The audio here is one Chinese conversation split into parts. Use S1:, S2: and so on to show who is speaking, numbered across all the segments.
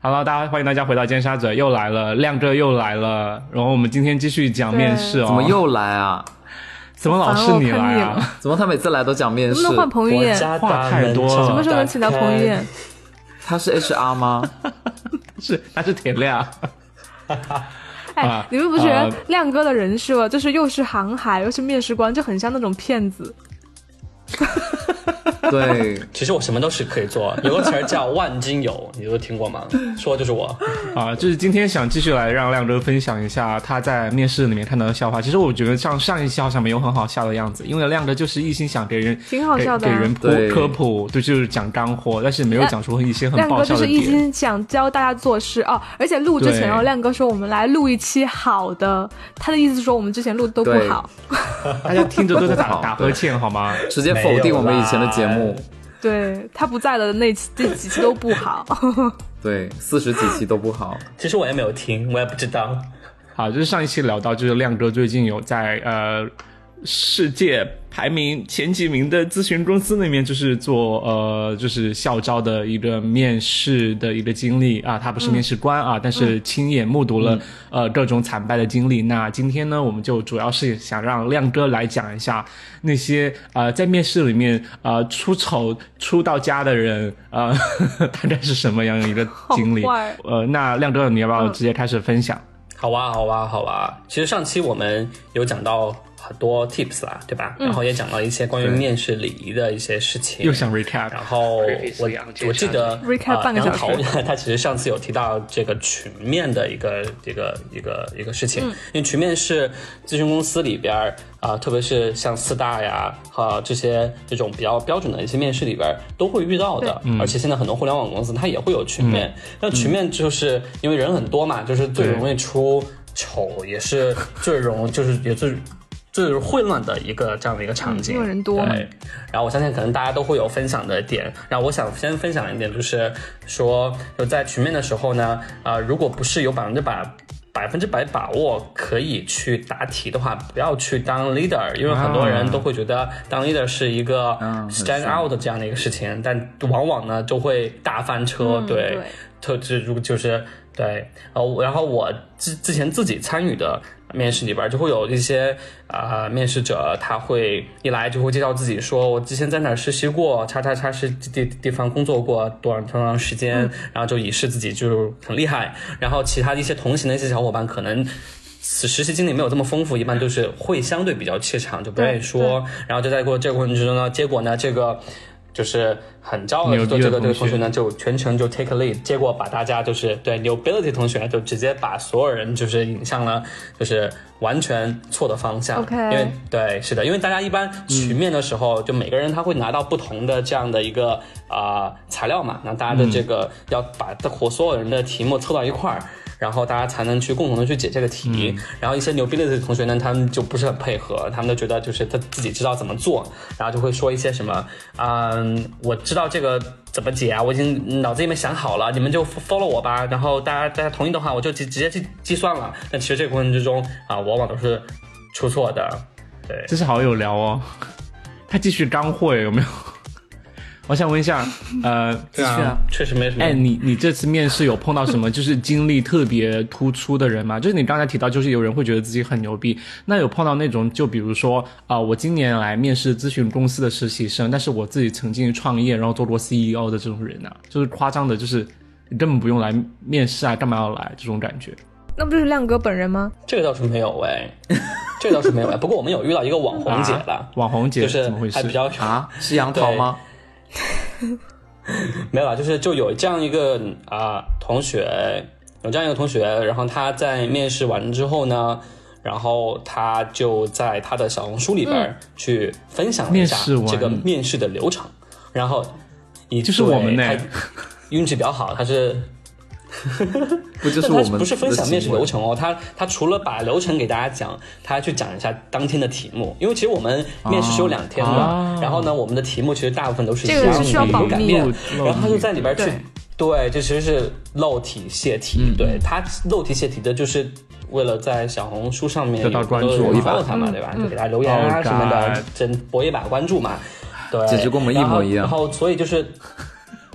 S1: Hello，大家欢迎大家回到尖沙咀，又来了，亮哥又来了。然后我们今天继续讲面试哦。
S2: 怎么又来啊？
S1: 怎么老是你来
S2: 啊？
S1: 啊？
S2: 怎么他每次来都讲面
S3: 能
S2: 试
S3: 不？能换彭于晏？什
S1: 话太多了
S3: 什么时候能请到彭于晏？
S2: 他是 HR 吗？
S1: 是他是铁亮，
S3: 哎
S1: 啊，
S3: 你们不是
S1: 啊
S3: 亮哥的人设，就是又是航海又是面试官，就很像那种骗子。
S2: 对，
S4: 其实我什么都是可以做，有个词儿叫万金油，你都听 过吗？说的就是我。
S1: 啊，就是今天想继续来让亮哥分享一下他在面试里面看到的笑话。其实我觉得上上一期好像没有很好笑的样子，因为亮哥就是一心想给人
S3: 挺好笑的啊
S1: 给给人科
S2: 对
S1: 科普，对，就是讲干货，但是没有讲出一些很
S3: 亮
S1: 爆
S3: 哥
S1: 笑
S3: 就
S1: 的
S3: 是一
S1: 点。
S3: 心想教大家做事哦，而且录之前哦，
S1: 对
S3: 亮哥说我们来录一期好的，他的意思是说我们之前录的都不
S2: 对
S3: 好，
S1: 大家听着都在
S2: 不
S1: 打
S2: 好
S1: 打呵欠好吗？
S2: 直接否定我们以前的节目。
S3: 对他不在的那期这几期都不好。
S2: 对，四十几期都不好。
S4: 其实我也没有听，我也不知道。
S1: 好，就是上一期聊到，就是亮哥最近有在呃世界排名前几名的咨询公司里面，就是做呃就是校招的一个面试的一个经历啊，他不是面试官
S3: 嗯
S1: 啊，但是亲眼目睹了、呃各种惨败的经历。那今天呢，我们就主要是想让亮哥来讲一下那些呃在面试里面呃出丑出到家的人呃 大概是什么样一个经历
S3: 好坏？嗯
S1: 呃，那亮哥你要不要直接开始分享？
S4: 好哇、好哇、好哇、啊其实上期我们有讲到很多 tips 啦，对
S3: 嗯
S4: 吧？然后也讲到一些关于面试礼仪的一些事情。
S1: 又想 recap，
S4: 然后我
S1: Previously on
S4: 我记得
S3: Recap
S4: 呃
S3: 半个小
S4: 杨
S3: 时
S4: 桃 他其实上次有提到这个群面的一个一个一个一个事
S3: 嗯
S4: 情，因为群面是咨询公司里边儿啊、特别是像四大呀和、这些这种比较标准的一些面试里边儿都会遇到的，而且现在很多互联网公司它也会有群面，那群面就是因为人很多嘛，就是最
S1: 对
S4: 容易出丑，也是最容就是也最最混乱的一个这样的一个场景，
S3: 因为嗯人多嘛
S4: 对然后我相信可能大家都会有分享的点。然后我想先分享一点，就是说有在群面的时候呢，呃，如果不是有百分之百。百分之百把握可以去答题的话，不要去当 leader，因为很多人都会觉得当 lealeader 是一个
S2: 嗯很
S4: stand out 的这样的一个事情，但往往呢就会大翻车。
S3: 嗯对
S4: 特质如就是对，呃，我然后我之之前自己参与的面试里边儿，就会有一些啊、呃面试者他会一来就会介绍自己说，我之前在哪儿实习过，叉叉叉是地地方工作过多长多长时间，
S3: 嗯
S4: 然后就以示自己就是很厉害，然后其他的一些同行的一些小伙伴可能。呃实实习经历没有这么丰富，一般就是会相对比较怯场，就不愿意
S3: 对
S4: 说。然后就在过这个过程之中呢，结果呢，这个就是很骄傲
S1: 牛
S4: 的
S1: 逼的
S4: 做这个这
S1: 同
S4: 个
S1: 学
S4: 同学呢，就全程就 take a lead，结果把大家就是对 new ability 同学就直接把所有人就是引向了就是完全错的方向。
S3: OK
S4: 因为对，是的，因为大家一般群面的时候，就每个人他会拿到不同的这样的一个啊、呃材料嘛，那大家的这个、要把这活所有人的题目凑到一块儿。然后大家才能去共同的去解这个题，然后一些牛逼的同学呢，他们就不是很配合，他们就觉得就是他自己知道怎么做，然后就会说一些什么，嗯，我知道这个怎么解啊，我已经脑子里面想好了，你们就 follow 我吧。然后大家大家同意的话，我就直直接去计算了。但其实这个过程之中啊，往往都是出错的。对，
S1: 真是好有聊哦。他继续干货有 没有？我想问一下，呃，继续
S2: 啊。
S4: 确实没什么。
S1: 哎，你你这次面试有碰到什么 就是经历特别突出的人吗？就是你刚才提到，就是有人会觉得自己很牛逼，那有碰到那种就比如说啊、我今年来面试咨询公司的实习生，但是我自己曾经创业，然后做过 CEO 的这种人啊，就是夸张的，就是你根本不用来面试啊，干嘛要来这种感觉？
S3: 那不就是亮哥本人吗？
S4: 这个倒是没有 哎，这个倒是没有哎。不过我们有遇到一个网红姐了
S1: 啊，网红姐
S4: 就是
S1: 怎么回事
S4: 还比较
S2: 啊，是杨桃吗？
S4: 没有啦，就是就有这样一个啊、同学，有这样一个同学，然后他在面试完之后呢，然后他就在他的小红书里边
S1: 嗯
S4: 儿去分享了一下
S1: 面试完
S4: 这个面试的流程，然后以
S1: 就是我们呢，
S4: 对他运气比较好，他是
S2: 不就是
S4: 但
S2: 我
S4: 他
S2: 们
S4: 不是分享面试流
S2: 程？
S4: 程哦，他他除了把流程给大家讲，他还去讲一下当天的题目，因为其实我们面试是有两天的，
S1: 啊
S4: 然后呢，我们的题目其实大部分都是一
S3: 这
S4: 样
S3: 个
S4: 的，
S3: 是需要保
S4: 有改
S3: 密
S4: 变
S1: 的
S4: 然后他就在里边去
S3: 对，
S4: 对，这其实是漏题泄题，对他漏题泄题的就是。为了在小红书上面
S1: 得到
S4: 有
S1: 关注
S4: 更多人
S1: 一把
S4: follow 他
S3: 嗯
S4: 嘛，对吧？就给他留言
S1: Oh
S4: 啊
S1: God
S4: 什么的，争博一把关注嘛。对，
S2: 简直跟我们一模一样
S4: 然后然后所以就是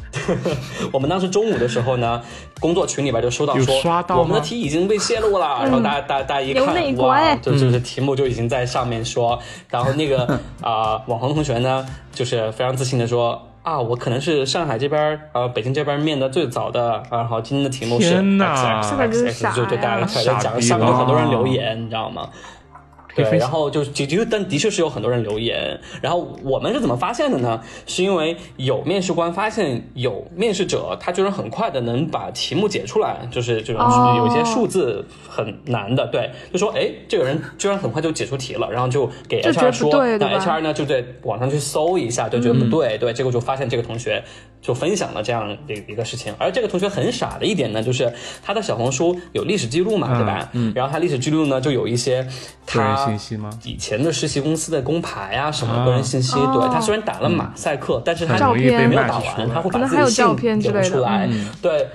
S4: 我们当时中午的时候呢，工作群里边就收到
S1: 有
S4: 说，
S1: 刷到吗
S4: 我们的题已经被泄 露了，然后大家大家大家一
S3: 有内
S4: 看，
S3: 鬼
S4: 哇，就就是题目就已经在上面说，然后那个啊、网红同学呢，就是非常自信的说。啊，我可能是上海这边儿呃，北京这边儿面的最早的，啊然后今天的题目是
S1: 天哪
S4: X
S3: 这
S1: 哎
S3: 个真
S4: X X，
S3: 傻
S4: 就就大
S3: 呀
S4: 家开始
S1: 傻
S4: 讲，
S1: 逼
S4: 上面有
S1: 了
S4: 很多人留言，你知道吗？
S1: 可以
S4: 对，
S1: 分析
S4: 然后就的确，但的确是有很多人留言。然后我们是怎么发现的呢？是因为有面试官发现有面试者，他居然很快的能把题目解出来，就是这种
S3: 哦
S4: 有一些数字很难的，对，就说哎，这个人居然很快就解出题了，然后就给
S3: 就觉得
S4: HR
S3: 不
S4: 说，
S3: 对对
S4: 那
S3: 吧
S4: HR 呢就在网上去搜一下，就觉得不对，对，结果就发现这个同学就分享了这样的一个事情。而这个同学很傻的一点呢，就是他的小红书有历史记录嘛，
S3: 嗯
S4: 对吧？然后他历史记录呢就有一些
S1: 个人
S4: 他
S1: 信息吗？
S4: 以前的实习公司的工牌啊，什么
S1: 啊
S4: 个人信息，
S3: 哦
S4: 对他虽然打了马赛克，但是他
S1: 很容易
S3: 照
S1: 被
S3: 片
S4: 没有
S1: 卖
S4: 打
S1: 出
S4: 完，他
S1: 来。
S4: 会把
S3: 可能
S4: 自己
S3: 还有
S4: 的信
S3: 照片之类的
S4: 留出来，对。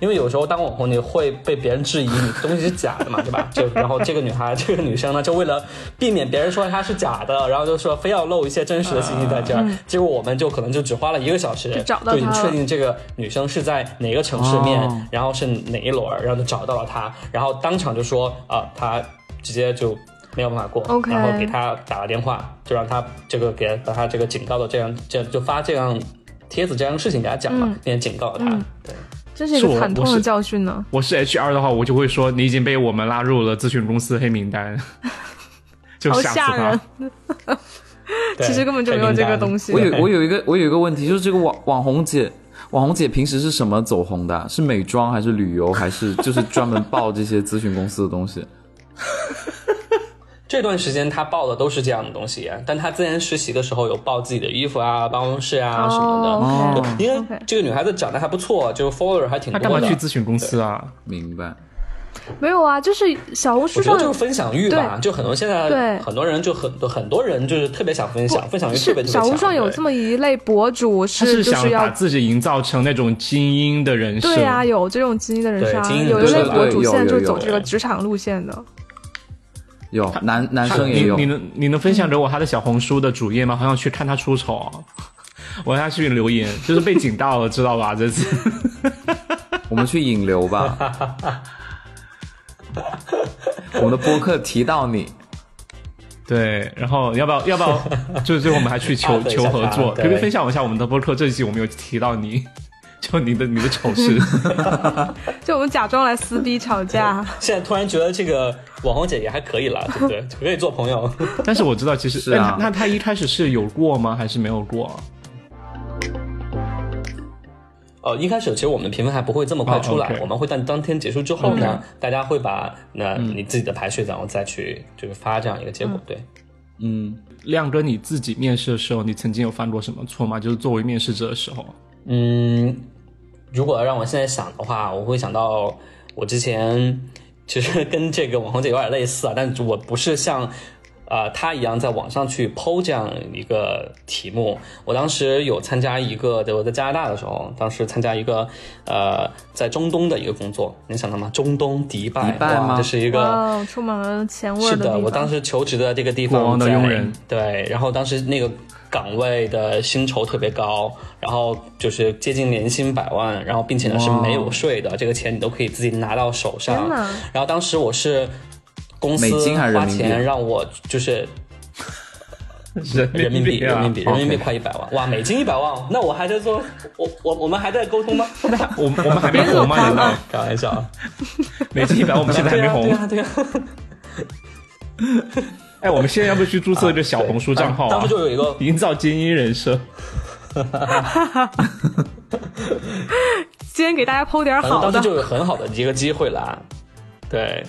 S4: 因为有时候当网红，你会被别人质疑你东西是假的嘛，对吧？就然后这个女孩，这个女生呢，就为了避免别人说她是假的，然后就说非要露一些真实的信息在这儿。结果我们就可能就只花了一个小时，
S3: 嗯就找到
S4: 已经
S3: 她了
S4: 确定这个女生是在哪个城市面，
S2: 哦
S4: 然后是哪一轮儿，然后就找到了她，然后当场就说啊、她直接就没有办法过
S3: OK
S4: 然后给她打了电话，就让她这个给把她这个警告的这样这样就发这样帖子这样的事情给她讲嘛
S3: 嗯，
S4: 并且、警告了她。
S3: 嗯
S4: 对，
S3: 真是一
S1: 是我
S3: 个惨
S1: 我
S3: 痛
S1: 是
S3: 的教训呢。
S1: 我是 HR 的话，我就会说你已经被我们拉入了咨询公司黑名单， 就
S3: 好
S1: 吓死
S3: 吓人
S1: 他。！
S4: 对
S3: 其实根本就没有这个东。西
S2: 我。有我有一个我有一个问题，就是这个网网红姐，网红姐平时是什么走红的啊？是美妆还是旅游，还是就是专门报这些咨询公司的东西？
S4: 这段时间她报的都是这样的东西，但她之前实习的时候有报自己的衣服啊、办公室啊什么的。
S3: 哦
S2: 哦
S3: OK，
S4: 因为
S3: OK
S4: 这个女孩子长得还不错，就 follower 还挺
S1: 他
S4: 多的。
S1: 干嘛去咨询公司啊？
S2: 明白。
S3: 没有啊，就是小红
S4: 我
S3: 书
S4: 觉
S3: 上
S4: 得就是分享欲吧，就很多现在
S3: 对
S4: 很多人就很多很多人就是特别想分享，分享欲特别
S3: 是
S4: 特别
S3: 小
S4: 强。
S3: 红书上有
S4: 对
S3: 这么一类博主
S1: 他
S3: 是就
S1: 想
S3: 是
S1: 把
S3: 要
S1: 自己营造成那种精英的人设。
S3: 对啊，有这种精英的人
S4: 对
S3: 设啊，
S4: 精英
S3: 有
S4: 人
S3: 一
S4: 设
S3: 类博
S2: 对
S3: 主
S2: 有
S3: 现在就
S2: 有
S3: 走
S2: 有
S3: 这个职场路线的。
S2: 有男男
S1: 他
S2: 生也有
S1: 你你能你能分享给我他的小红书的主页吗？好想去看他出丑、 我要去留言，就是被警到了，知道吧？这次
S2: 我们去引流吧。 我们的播客提到你，
S1: 对，然后要不要要不要？就是最后我们还去求
S4: 对
S1: 求
S4: 想
S1: 合
S4: 法
S1: 作，可
S4: 对
S1: 不可以分享一下我们的播客这一期？我们有提到你， 就你的你的丑事，
S3: 就我们假装来撕逼吵架，
S4: 现在突然觉得这个网红姐姐还可以了，对不对？可以做朋友。
S1: 但是我知道其实
S2: 是啊
S1: 哎那那他一开始是有过吗？还是没有过？
S4: 呃，一开始其实我们的评分还不会这么快出来
S1: 哦，OK 嗯
S4: 我们会在当天结束之后呢
S1: OK
S4: 大家会把那
S1: 嗯
S4: 你自己的排序，然后再去就是发这样一个结果。对，
S2: 嗯，
S1: 亮哥，你自己面试的时候，你曾经有犯过什么错吗？就是作为面试者的时候，
S4: 嗯，如果让我现在想的话，我会想到我之前 其实跟这个网红姐有点类似啊，但我不是像呃她一样在网上去剖这样一个题目。我当时有参加一个，对，我在加拿大的时候，当时参加一个呃在中东的一个工作，你想到吗？中东迪拜，
S2: 迪拜
S4: 哇
S2: 吗
S4: 这是一个
S3: 哇，充满了嗯前卫
S4: 是
S3: 地
S4: 的，
S3: 方。
S4: 我当时求职的这个地方
S1: 国王的
S4: 在
S1: 佣人，
S4: 对，然后当时那个岗位的薪酬特别高，然后就是接近年薪百万，然后并且呢是没有税的，这个钱你都可以自己拿到手上
S3: 天哪。
S4: 然后当时我是公司
S2: 美金还是
S4: 花
S2: 人民币
S4: 钱让我就是
S1: 人
S4: 人民币，人
S1: 啊
S4: 民币，人民币
S2: OK
S4: 快一百万，哇，美金一百万，那我还在做，我我我们还在沟 通吗？
S1: 我们我们还没红 吗？难道
S4: 开玩笑啊，
S1: 美金一百我们现在还
S4: 对
S1: 没
S4: 啊，对
S1: 红？
S4: 啊，对啊。
S1: 哎，我们现在要不去注册一个小红书账号
S4: 当
S1: 啊
S4: 时？就有一个
S1: 营造精英人设，
S3: 今天给大家剖点
S4: 反正
S3: 好
S4: 当
S3: 的
S4: 时，就有很好的一个机会啦。对，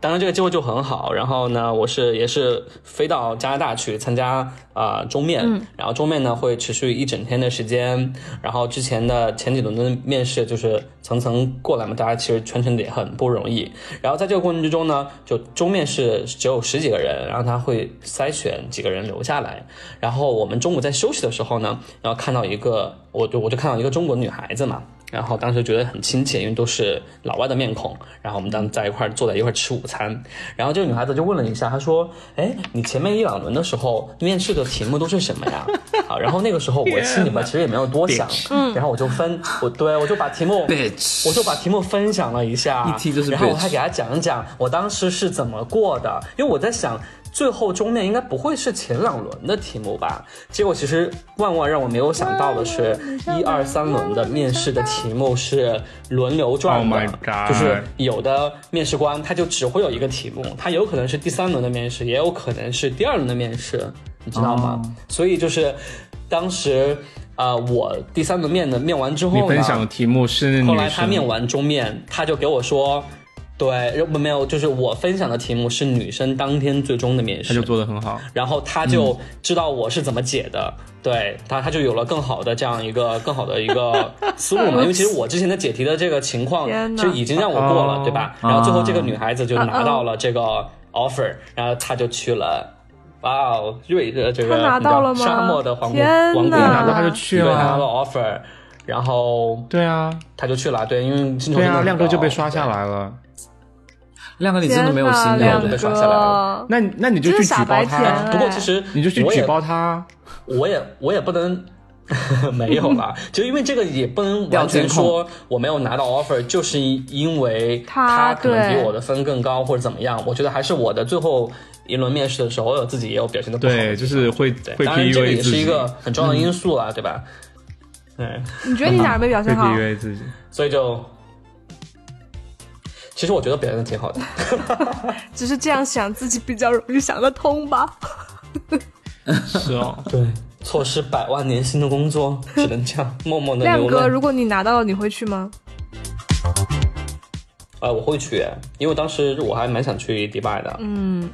S4: 当时这个机会就很好。然后呢，我是也是飞到加拿大去参加啊、呃中面，
S3: 嗯
S4: 然后中面呢会持续一整天的时间。然后之前的前几轮的面试就是层层过来嘛，大家其实全程也很不容易。然后在这个过程之中呢，就中面是只有十几个人，然后他会筛选几个人留下来。然后我们中午在休息的时候呢，然后看到一个，我就我就看到一个中国女孩子嘛，然后当时觉得很亲切，因为都是老外的面孔。然后我们当时在一块儿坐在一块儿吃午餐。然后这个女孩子就问了一下，她说：“哎，你前面一两轮的时候面试的题目都是什么呀？” 啊，然后那个时候我心里面其实也没有多想，然后我就分我对啊我就把题目
S2: bitch，
S4: 我就把题目分享了一下，
S2: 一听就是 bitch
S4: 然后我还给他讲一讲我当时是怎么过的，因为我在想。最后终面应该不会是前两轮的题目吧？结果其实万万让我没有想到的是，一二三轮的面试的题目是轮流转的
S1: Oh my god
S4: 就是有的面试官他就只会有一个题目，他有可能是第三轮的面试，也有可能是第二轮的面试，你知道吗？
S1: 哦
S4: 所以就是当时啊、呃我第三轮面的面完之后
S1: 你
S4: 呢，
S1: 分享的题目是
S4: 后
S1: 女
S4: 来
S1: 生，
S4: 他面完中面，他就给我说，对，没有，就是我分享的题目是女生当天最终的面
S1: 他就
S4: 试，
S1: 做的很好。
S4: 然后他就
S3: 嗯
S4: 知道我是怎么解的，对他他就有了更好的这样一个更好的一 个思路嘛，因为其实我之前的解题的这个情况
S3: 天哪
S4: 就已经让我过了，
S1: 哦
S4: 对吧？然后最后这个女孩子就
S3: 啊
S4: 拿到了这个 offer，然后她就去了。哇哦，瑞的这个
S3: 她拿到了吗
S4: 你知道沙漠的皇国
S3: 天
S4: 王国
S3: 哪
S1: 拿到他就去
S4: 对，啊拿到了
S1: 了，啊
S4: offer，然后
S1: 对啊，
S4: 他就去了，对，因为薪酬
S1: 对啊，
S4: 真的很
S1: 亮哥就被
S4: 高
S1: 刷下，来了。
S2: 亮哥你真的没有心
S3: 天哪啊
S2: 了
S4: 我就
S3: 亮
S4: 被
S2: 的，
S4: 刷下来了
S3: 哥，
S1: 那你那你就
S3: 真
S1: 去
S3: 是
S1: 举
S3: 傻
S1: 报
S3: 白
S1: 他
S3: 甜
S1: 啊，
S4: 对。不过其实
S1: 你就去
S4: 我也
S1: 举报，他啊。
S4: 我也我也不能 没有啦，就因为这个也不能完全说我没有拿到 offer，就是因为
S3: 他
S4: 可能比
S3: 对
S4: 我的分更高或者怎么样，我觉得还是我的最后一轮面试的时候，我有自己也有表现的不好的地
S1: 对，
S4: 方，
S1: 就是会
S4: 对，
S1: 会
S4: 当然这个
S1: PUA
S4: 也
S1: 自
S4: 是一
S1: 己，
S4: 个很重要的因素啊，对 吧？对。
S3: 你觉得你哪儿没表
S1: 会
S3: 现好？
S1: PUA 自己。
S4: 所以就，其实我觉得表现的挺好的。
S3: 只是这样想，自己比较容易想得通吧。
S1: 是哦，
S4: 对，错失百万年薪的工作，只能这样 默默的
S3: 亮
S4: 流
S3: 哥，
S4: 泪。
S3: 如果你拿到了，你会去吗？嗯
S4: 哎，我会去，因为当时我还蛮想去迪拜的。
S3: 嗯，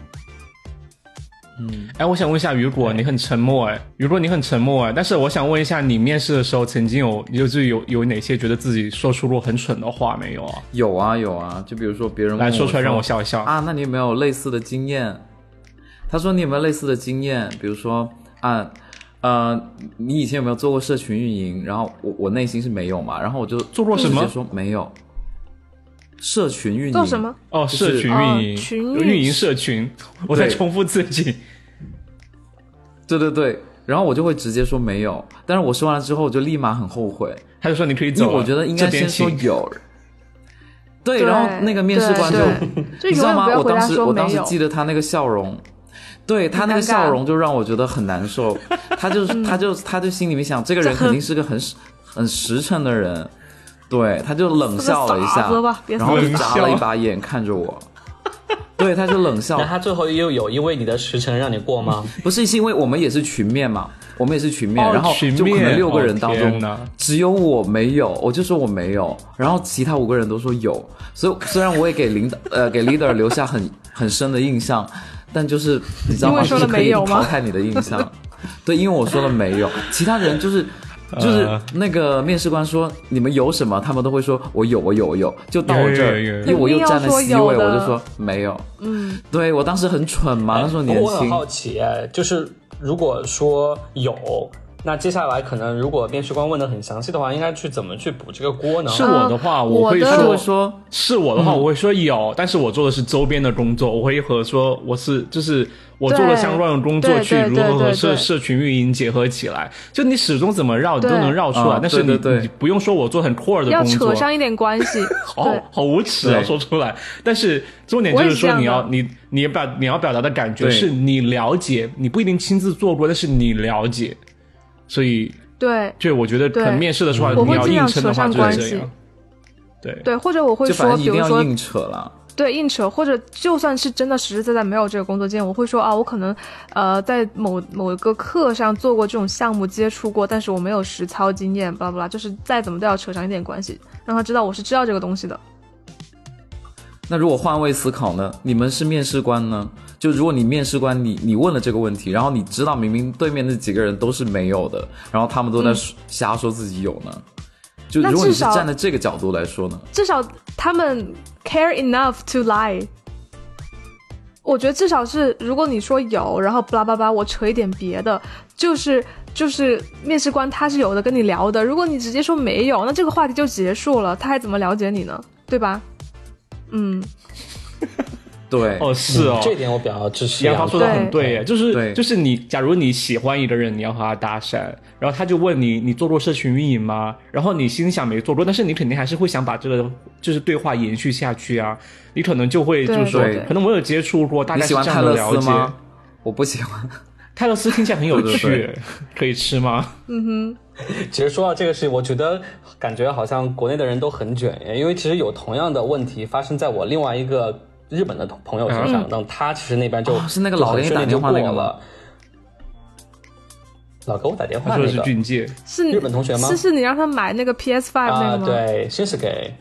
S1: 哎，我想问一下雨果，你很沉默哎，雨果你很沉默哎，但是我想问一下，你面试的时候曾经有就是有有哪些觉得自己说出过很蠢的话没有啊？
S2: 有啊有啊，就比如说别人问
S1: 来说
S2: 我
S1: 出来让我笑一笑。
S2: 啊，那你有没有类似的经验？他说你有没有类似的经验？比如说啊，呃，你以前有没有做过社群运营？然后我我内心是没有嘛，然后我就做
S1: 过什么
S2: 说没有。社群运营
S3: 做什么？？
S1: 哦，
S2: 是
S1: 社群运营，
S3: 哦群
S1: 运营社群，我在
S2: 对
S1: 重复自己。
S2: 对对对，然后我就会直接说没有。但是我说完了之后，我就立马很后悔，
S1: 他就说你可以
S2: 因
S1: 走
S2: 为
S1: 了，
S2: 我觉得应该
S1: 这边
S2: 先说
S1: 请
S2: 有。对，
S3: 对
S2: 然后那个面试官就
S3: 对对
S2: 你
S3: 就
S2: 知
S3: 永远
S2: 道吗
S3: 不？要
S2: 我
S3: 回
S2: 当
S3: 答
S2: 时
S3: 说
S2: 我当
S3: 没
S2: 时
S3: 有。
S2: 记得他那个笑容，对他那个
S3: 尴尬嗯
S2: 笑容就让我觉得很难受。他就他就他就心里面想，这个人肯定是个很实很实诚的人，对，他就冷笑了一
S3: 是个
S2: 下
S3: 傻子吧，别
S2: 然后
S1: 冷
S2: 就眨
S1: 笑
S2: 了一把眼看着我，对，他就冷笑
S4: 那。他最后又有因为你的时辰让你 过吗？
S2: 不是是因为我们也是群面嘛，我们也是群面，
S1: 哦
S2: 然后
S1: 群
S2: 就可
S1: 面
S2: 能六个
S1: 哦
S2: 人当
S1: 天
S2: 中、
S1: 哪
S2: 只有我没有，我就说我没有，然后其他五个人都说有，所以虽然我也给领导呃给 leader 留下很很深的印象，但就是你知道
S3: 因
S2: 吗？
S3: 为说
S2: 就是
S3: 了
S2: 可以
S3: 没有吗
S2: 淘汰你的印象， 对，因为我说了没有，其他人就是。就是
S1: 呃
S2: 那个面试官说你们有什么，他们都会说我有我有我有，就到我这
S1: 有
S2: 儿，
S1: 有有有
S2: 因为我又占了 C
S3: 肯定要说
S2: 位，
S3: 有的
S2: 我就说没有。嗯，对我当时很蠢嘛，那时候
S4: 不
S2: 年
S4: 过我很
S2: 轻。
S4: 哎好奇，哎就是如果说有，那接下来可能如果面试官问的很详细的话，应该去怎么去补这个锅呢？
S1: 是
S2: 啊
S1: 我的话，
S3: 呃
S1: 我会
S3: 我的
S2: 他就会
S1: 说，
S2: 说，
S1: 是我的
S3: 嗯
S1: 话，我会说有，但是我做的是周边的工作，我会和说我是就是我做了
S3: 对
S1: 相关的工作
S3: 对
S1: 去
S3: 对
S1: 如何
S3: 对
S1: 和
S3: 对
S1: 社
S3: 对
S1: 社群运营结合起来，就你始终怎么绕你都
S3: 对
S1: 能绕出来，
S2: 啊
S1: 但是
S2: 对
S1: 你
S2: 对对
S1: 你不用说我做很 core 的
S3: 要
S1: 工作
S3: 扯，上一点关系，
S1: 好
S3: 对，
S1: 好无耻啊，
S2: 对
S1: 说出来。但是重点就
S3: 我
S1: 是
S3: 也是这
S1: 说
S3: 样的
S1: 你要你你表你要表达的感觉
S2: 对
S1: 是你了解，你不一定亲自做过，但是你了解，所以
S3: 对
S1: 就我觉得可能
S3: 对
S1: 面试的时候
S3: 我
S1: 你
S3: 会
S1: 要
S3: 尽量
S1: 硬撑的
S3: 扯
S1: 话就
S3: 上
S1: 是这
S3: 关
S1: 样
S3: 系，
S1: 对。
S3: 对，或者我会
S2: 就反
S3: 说，
S2: 正一
S3: 比
S2: 定
S3: 如
S2: 要
S3: 说
S2: 硬扯了。
S3: 对硬扯，或者就算是真的实实在在没有这个工作经验，我会说啊，我可能呃在某某一个课上做过这种项目，接触过，但是我没有实操经验，巴拉巴拉，就是再怎么都要扯上一点关系，让他知道我是知道这个东西的。
S2: 那如果换位思考呢？你们是面试官呢？就如果你面试官，你你问了这个问题，然后你知道明明对面那几个人都是没有的，然后他们都在说瞎说自己有呢？就
S3: 那
S2: 如果你
S3: 至
S2: 是
S3: 少
S2: 站在这个角度来说呢？
S3: 至少他们 care enough to lie。我觉得至少是，如果你说有，然后巴拉巴拉，我扯一点别的，就是就是面试官他是有的跟你聊的，如果你直接说没有，那这个话题就结束了，他还怎么了解你呢？对吧？嗯，
S2: 对，
S1: 哦，是哦，
S2: 嗯
S4: 嗯这一点我比较支持
S1: 杨
S4: 杨
S1: 华
S4: 子
S1: 说的很对耶，就
S2: 对
S1: 是就是你，假如你喜欢一个人，你要和他搭讪，然后他就问你，你做过社群运营吗？然后你心想没做过，但是你肯定还是会想把这个就是对话延续下去啊。你可能就会
S3: 对
S1: 就是说
S2: 对，
S1: 可能我有接触过，大
S2: 你
S1: 概
S2: 喜
S1: 是
S2: 欢
S1: 这
S2: 泰
S1: 样
S2: 勒
S1: 的了
S2: 斯
S1: 解。
S2: 吗？我不喜欢，
S1: 泰勒斯听起来很有趣，
S2: 对对
S1: 可以吃吗？
S4: 其实说到这个事情，我觉得感觉好像国内的人都很卷，因为其实有同样的问题发生在我另外一个日本的同朋友身上，那、他其实那边就、
S2: 嗯哦是那个老给
S4: 就很
S2: 你
S4: 顺利
S2: 打
S4: 就
S2: 电话那个
S4: 过
S2: 吗
S4: 了。老给我打电话
S1: 他说
S4: 那
S1: 的是
S4: 个
S1: 俊介，
S3: 是你
S4: 日本同学吗
S3: 是是你让他买那个 PS Five 那
S4: 啊，
S3: 个吗？
S4: 对，先是给。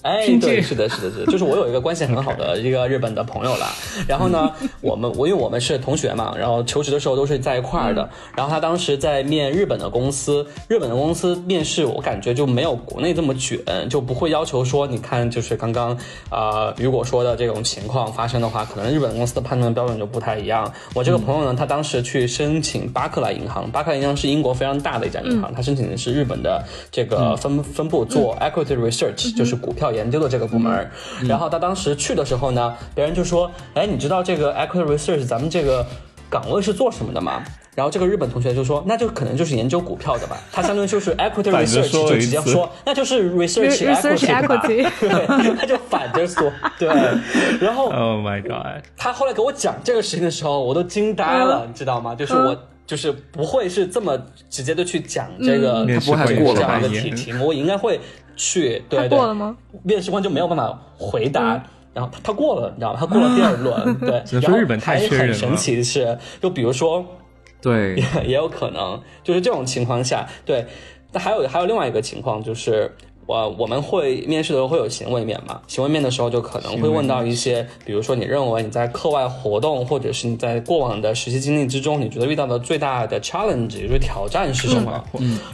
S4: 哎，
S1: 训诫
S4: 对，是的，是的，是的，就是我有一个关系很好的一个日本的朋友 啦。然后呢，我们我因为我们是同学嘛，然后求职的时候都是在一块儿
S3: 嗯
S4: 的。然后他当时在面日本的公司，日本的公司面试，我感觉就没有国内这么卷，就不会要求说，你看就是刚刚啊、呃雨果说的这种情况发生的话，可能日本公司的判断标准就不太一样。我
S1: 嗯
S4: 这个朋友呢，他当时去申请巴克莱银行，巴克莱银行是英国非常大的一家
S1: 嗯
S4: 银行，他申请的是日本的这个分分部做 equity
S1: 嗯
S4: research，就是股票研究的这个部门儿。然后他当时去的时候呢，别人就说：“哎，你知道这个 equity research 咱们这个岗位是做什么的吗？”然后这个日本同学就说：“那就可能就是研究股票的吧。”他相当于就 是 equity
S1: 反着
S4: research，
S1: 说
S4: 就
S1: 了一
S4: 直接
S1: 次
S4: 说那就是 research
S3: Re- research
S4: equity 吧
S3: equity
S4: 对， 他就反着说，对。然后
S1: Oh my god！
S4: 他后来给我讲这个事情的时候，我都惊呆了，
S3: 嗯
S4: 你知道吗？就是我。就是不会是这么直接的去讲这个，
S1: 嗯
S4: 他不会
S1: 面试
S4: 是
S1: 官
S4: 这样的
S1: 也是
S4: 题
S1: 扮演
S4: 题目，我应该会去对
S3: 他
S4: 对。
S3: 过了吗？嗯
S4: 面试官就没有办法回答。然后他他过了，你知道吗？他过了第二轮， 对。
S1: 只能
S4: 然
S1: 说
S4: 后
S1: 日本太
S4: 还
S1: 缺人
S4: 很
S1: 了
S4: 神奇的是，就比如说，
S2: 对，
S4: 也有可能，就是这种情况下，对。那还有还有另外一个情况就是。我我们会面试的时候会有行为面嘛？行为面的时候就可能会问到一些，比如说你认为你在课外活动或者是你在过往的实习经历之中，你觉得遇到的最大的 challenge 也就是挑战是什么？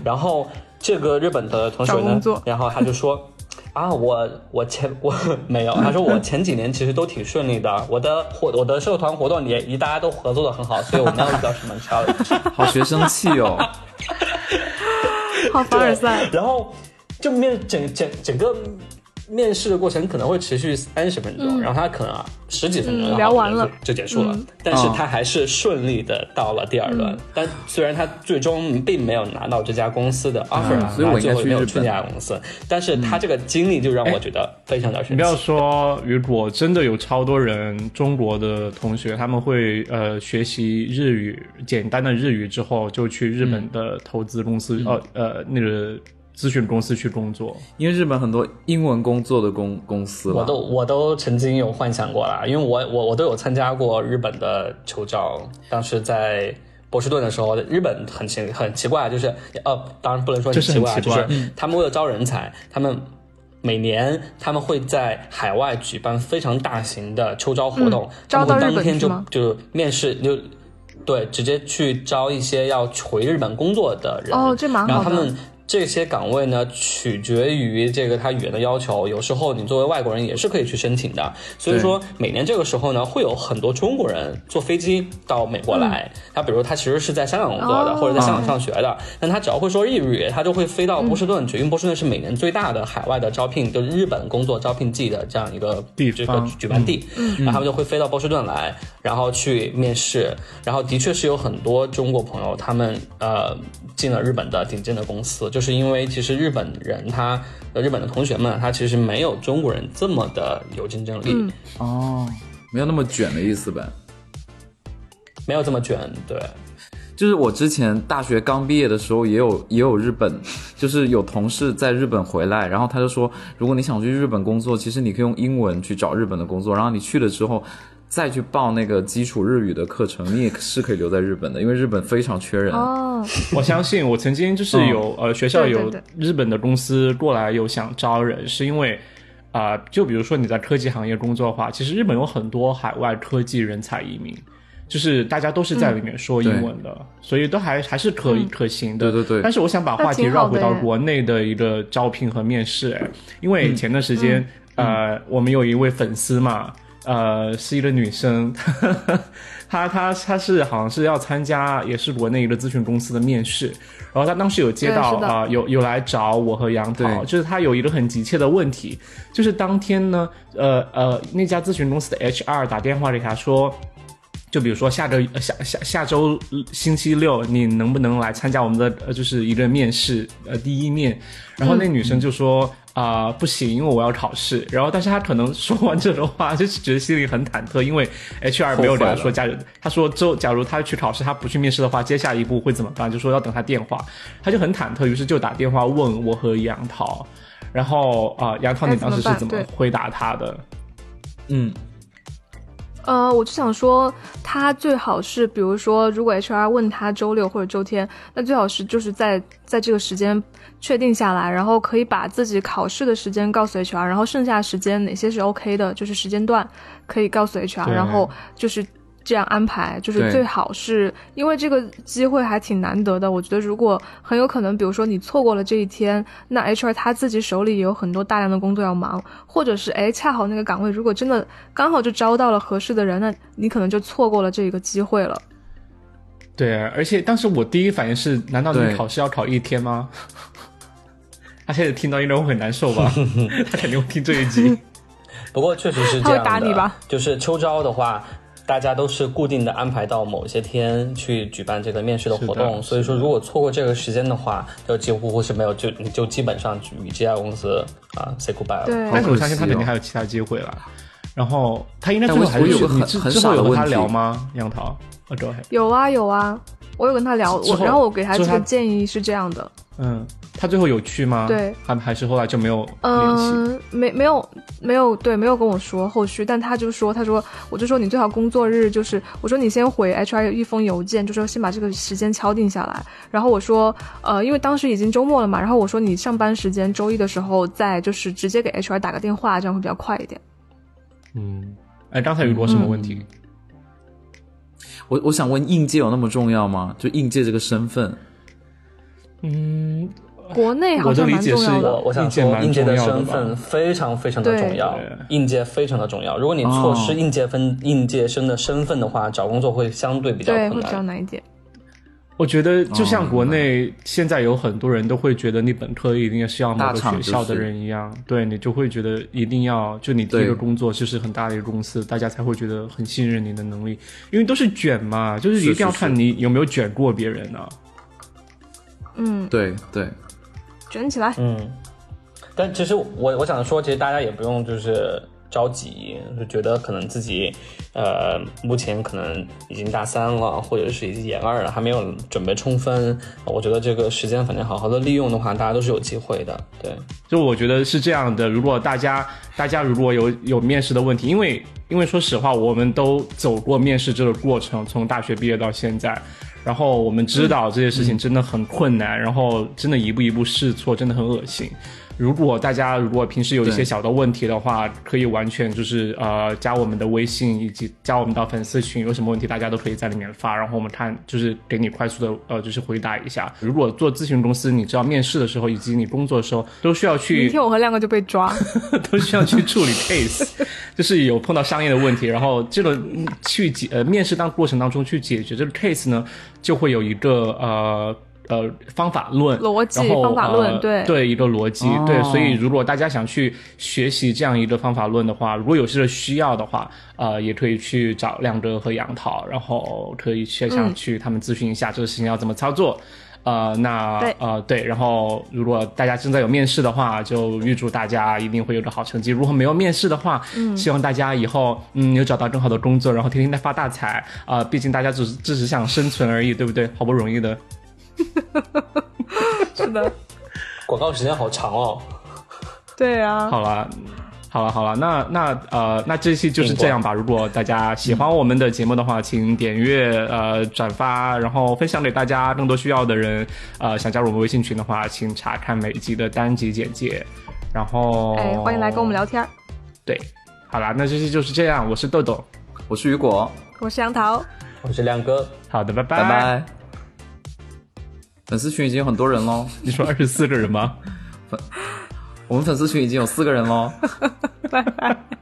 S4: 然后这个日本的同学
S3: 嗯找工
S4: 呢
S3: 作，
S4: 然后他就说。啊，我我前我没有，他说我前几年其实都挺顺利的，我的活我的社团活动也一大家都合作的很好，所以我没有遇到什么 challenge。
S2: 好学生气哦，
S3: 好凡尔赛，
S4: 然后就面整整整个面试的过程可能会持续三十分钟，然后他可能啊十几分
S3: 嗯
S4: 钟、然后
S3: 聊完了
S4: 就就结束了，
S3: 嗯
S4: 但是他还是顺利的到了第二轮，但虽然他最终并没有拿到这家公司的 offer，、啊
S2: 嗯所以我应
S4: 最
S2: 该
S4: 后也没有
S2: 去日
S4: 去这
S2: 本哎
S4: 家公司，但是他这个经历就让我觉得非常的神
S1: 你不
S4: 奇。
S1: 要说，如果真的有超多人中国的同学，他们会呃学习日语，简单的日语之后，就去日本的投资公司，呃呃那个咨询公司去工作。
S2: 因为日本很多英文工作的公公司
S4: 我
S2: 了
S4: 都，我都曾经有幻想过啦，因为我我我都有参加过日本的求招，当时在波士顿的时候，日本很奇很奇怪，就是呃，当然不能说很
S1: 就是
S4: 奇
S1: 很
S4: 怪啊，
S1: 奇
S4: 就
S1: 怪
S4: 是
S3: 嗯
S4: 他们为了招人才，他们。每年他们会在海外举办非常大型的秋招活动，
S3: 嗯招
S4: 他们会
S3: 到日
S4: 当
S3: 本
S4: 天
S3: 去
S4: 就
S3: 吗
S4: 就面试就对，直接去招一些要回日本工作的人。
S3: 哦这蛮好的
S4: 然后他们这些岗位呢，取决于这个他语言的要求，有时候你作为外国人也是可以去申请的。所以说，每年这个时候呢，会有很多中国人坐飞机到美国来。他比如他其实是在香港工作的，
S3: 嗯哦
S4: 或者在香港上学的，但他只要会说日语，他就会飞到波士
S3: 嗯
S4: 顿去，因为波士顿是每年最大的海外的招聘，就是日本工作招聘季的这样一个
S1: 地
S4: 这个
S1: 方嗯
S4: 举办地，然后他们就会飞到波士顿来，然后去面试，然后的确是有很多中国朋友，他们呃进了日本的顶尖的公司，就是因为其实日本人他呃日本的同学们他其实没有中国人这么的有竞争力，
S2: 哦，没有那么卷的意思呗。
S4: 没有这么卷，对，
S2: 就是我之前大学刚毕业的时候，也有也有日本，就是有同事在日本回来，然后他就说，如果你想去日本工作，其实你可以用英文去找日本的工作，然后你去了之后。再去报那个基础日语的课程，你也是可以留在日本的，因为日本非常缺人。
S3: 哦，
S1: 我相信，我曾经就是有、呃学校
S3: 对对
S1: 有
S3: 对
S1: 日本的公司过来有想招人，是因为啊、就比如说你在科技行业工作的话，其实日本有很多海外科技人才移民。就是大家都是在里面说英文的，所以都还还是可以、可行的。
S2: 对对对
S1: 但是我想把话题
S3: 那挺
S1: 绕
S3: 好的哎
S1: 回到
S3: 耶
S1: 国内的一个招聘和面试，哎因为前段时间、
S3: 嗯
S1: 呃，我们有一位粉丝嘛，呃，是一个女生， 他他他是好像是要参加也是国内一个咨询公司的面试，然后他当时有接到
S3: 对是的
S1: 啊、有有来找我和杨桃，
S2: 对
S1: 就是他有一个很急切的问题，就是当天呢，呃呃，那家咨询公司的 HR 打电话给他说。就比如说下周呃下下下周星期六，你能不能来参加我们的呃就是一个面试呃第一面？然后那
S3: 嗯
S1: 女生就说啊、不行，因为我要考试。然后但是她可能说完这种话，就是觉得心里很忐忑，因为 HR 没有跟她
S2: 后
S1: 说
S2: 悔了
S1: 假如他说之后，假如他去考试，他不去面试的话，接下一步会怎么办？就说要等他电话，他就很忐忑，于是就打电话问我和杨桃，然后啊、杨桃，
S3: 该
S1: 你
S3: 怎
S1: 当
S3: 么
S1: 时是
S3: 办
S1: 怎么
S3: 对
S1: 回答他的？
S2: 嗯，
S3: 呃，我就想说，他最好是，比如说，如果 HR 问他周六或者周天，那最好是就是在在这个时间确定下来，然后可以把自己考试的时间告诉 HR，然后剩下时间哪些是 OK 的，就是时间段可以告诉 HR，
S1: 对
S3: 然后就是。这样安排就是
S2: 对
S3: 最好是，因为这个机会还挺难得的。我觉得如果很有可能，比如说你错过了这一天，那 HR 他自己手里也有很多大量的工作要忙，或者是哎，恰好那个岗位如果真的刚好就招到了合适的人，那你可能就错过了这个机会了。
S1: 对，而且当时我第一反应是，难道你
S2: 对
S1: 考试要考一天吗？ 他现在听到应该会很难受 吧？他肯定会听这一集。
S4: 不过确实是
S3: 他
S4: 这
S3: 会
S4: 样的，
S3: 打你吧
S4: 就是秋招的话，大家都是固定的安排到某些天去举办这个面试的活
S1: 是的
S4: 动，所以说如果错过这个时间的话，就几乎是没有，就你就基本上与这家公司啊 say goodbye 了。
S3: 对，
S1: 但是我
S2: 可惜
S1: 相信他肯定
S2: 哦
S1: 还有其他机会啦。然后他应该
S2: 但
S1: 最后
S2: 我
S1: 还是
S2: 我有
S1: 去
S2: 个
S1: 你
S2: 很
S1: 之
S2: 很
S1: 之
S2: 傻
S1: 后
S2: 的
S1: 有和
S2: 问
S1: 他
S2: 题
S1: 聊吗？杨桃，我周黑，
S3: 有啊有啊，我有跟他聊，
S1: 之
S3: 我
S1: 后
S3: 然后我给他
S1: 之
S3: 这
S1: 后
S3: 个
S1: 他
S3: 建议是这样的，
S1: 嗯，他最后有去吗？
S3: 对，
S1: 还还是后来就没有联系。
S3: 嗯，没没有没有对没有跟我说后续，但他就说他说我就说你最好工作日就是我说你先回 HR 一封邮件，就说先把这个时间敲定下来。然后我说呃，因为当时已经周末了嘛，然后我说你上班时间周一的时候再就是直接给 HR 打个电话，这样会比较快一点。
S1: 嗯，哎，刚才雨果什
S2: 嗯
S1: 么问题？
S2: 我我想问，应届有那么重要吗？就应届这个身份，
S1: 嗯，
S3: 国内好
S1: 我的
S3: 像
S1: 理
S3: 蛮
S1: 解
S3: 重
S1: 是
S3: 要的
S4: 我。我想
S1: 应届
S4: 说，
S1: 蛮
S4: 应届
S1: 重
S4: 的
S1: 要的
S4: 身
S1: 吧
S4: 份非常非常的重要
S1: 对，
S4: 应届非常的重要。如果你错失
S2: 哦
S4: 应届分、应届生的身份的话，找工作会相对比较
S3: 对，
S4: 困
S3: 会比较
S4: 难。
S3: 难一点。
S1: 我觉得就像
S2: 哦
S1: 国内现在有很多人都会觉得你本科一定要是要某
S2: 大
S1: 个
S2: 厂
S1: 学
S2: 就是
S1: 校的人一样，对你就会觉得一定要就你第一个
S2: 对
S1: 工作就是很大的一个公司，大家才会觉得很信任你的能力，因为都是卷嘛，就是
S2: 是
S1: 一定要
S2: 是
S1: 看
S2: 是
S1: 你有没有卷过别人啊。
S3: 嗯，
S2: 对对，
S3: 卷起来。
S4: 嗯，但其实我我想说，其实大家也不用就是着急，就觉得可能自己呃目前可能已经大三了，或者是已经研二了，还没有准备冲分。我觉得这个时间反正好好的利用的话，大家都是有机会的。对，
S1: 就我觉得是这样的，如果大家大家如果有有面试的问题，因为因为说实话，我们都走过面试这个过程，从大学毕业到现在，然后我们知道这些事情真的很困难，然后真的一步一步试错，真的很恶心。如果大家如果平时有一些
S2: 对
S1: 小的问题的话，可以完全就是呃加我们的微信以及加我们到粉丝群，有什么问题大家都可以在里面发，然后我们看就是给你快速的呃就是回答一下。如果做咨询公司，你知道面试的时候以及你工作的时候都需要
S3: 明
S1: 去
S3: 天我和亮哥就被抓。
S1: 都需要去处理 case，就是 有碰到商业的问题，然后这个嗯去解呃面试当过程当中去解决这个 case 呢，就会有一个呃。呃，方法论、
S3: 逻辑
S1: 然后
S3: 方法论
S1: 呃
S3: 对
S1: 对一个逻辑，
S2: 哦
S1: 对，所以如果大家想去学习这样一个方法论的话，如果有这个需要的话，呃，也可以去找亮哥和杨桃，然后可以去想
S3: 嗯
S1: 去他们咨询一下这个事情要怎么操作。呃，那
S3: 对
S1: 呃对，然后如果大家正在有面试的话，就预祝大家一定会有个好成绩。如果没有面试的话，
S3: 嗯
S1: 希望大家以后嗯有找到更好的工作，然后天天在发大财啊、毕竟大家只是只是想生存而已，对不对？好不容易的。
S3: 是的，
S4: 广告时间好长哦。
S3: 对 啊。
S1: 好了，好了，好了，那那呃，那这期就是这样吧。如果大家喜欢我们的节目的话，请点阅、呃转发，然后分享给大家更多需要的人。呃，想加入我们微信群的话，请查看每一集的单集简介。然后，
S3: 哎，欢迎来跟我们。聊天儿。
S1: 对，好啦，那这期就是这样。我是豆豆，
S2: 我是雨果，
S3: 我是杨桃，
S4: 我是亮哥，
S1: 好的，拜
S2: 拜。拜。粉丝群已经有很多人喽，
S1: 你说二十四个人吗？
S2: 我们粉丝群已经有四个人喽。
S3: 拜拜。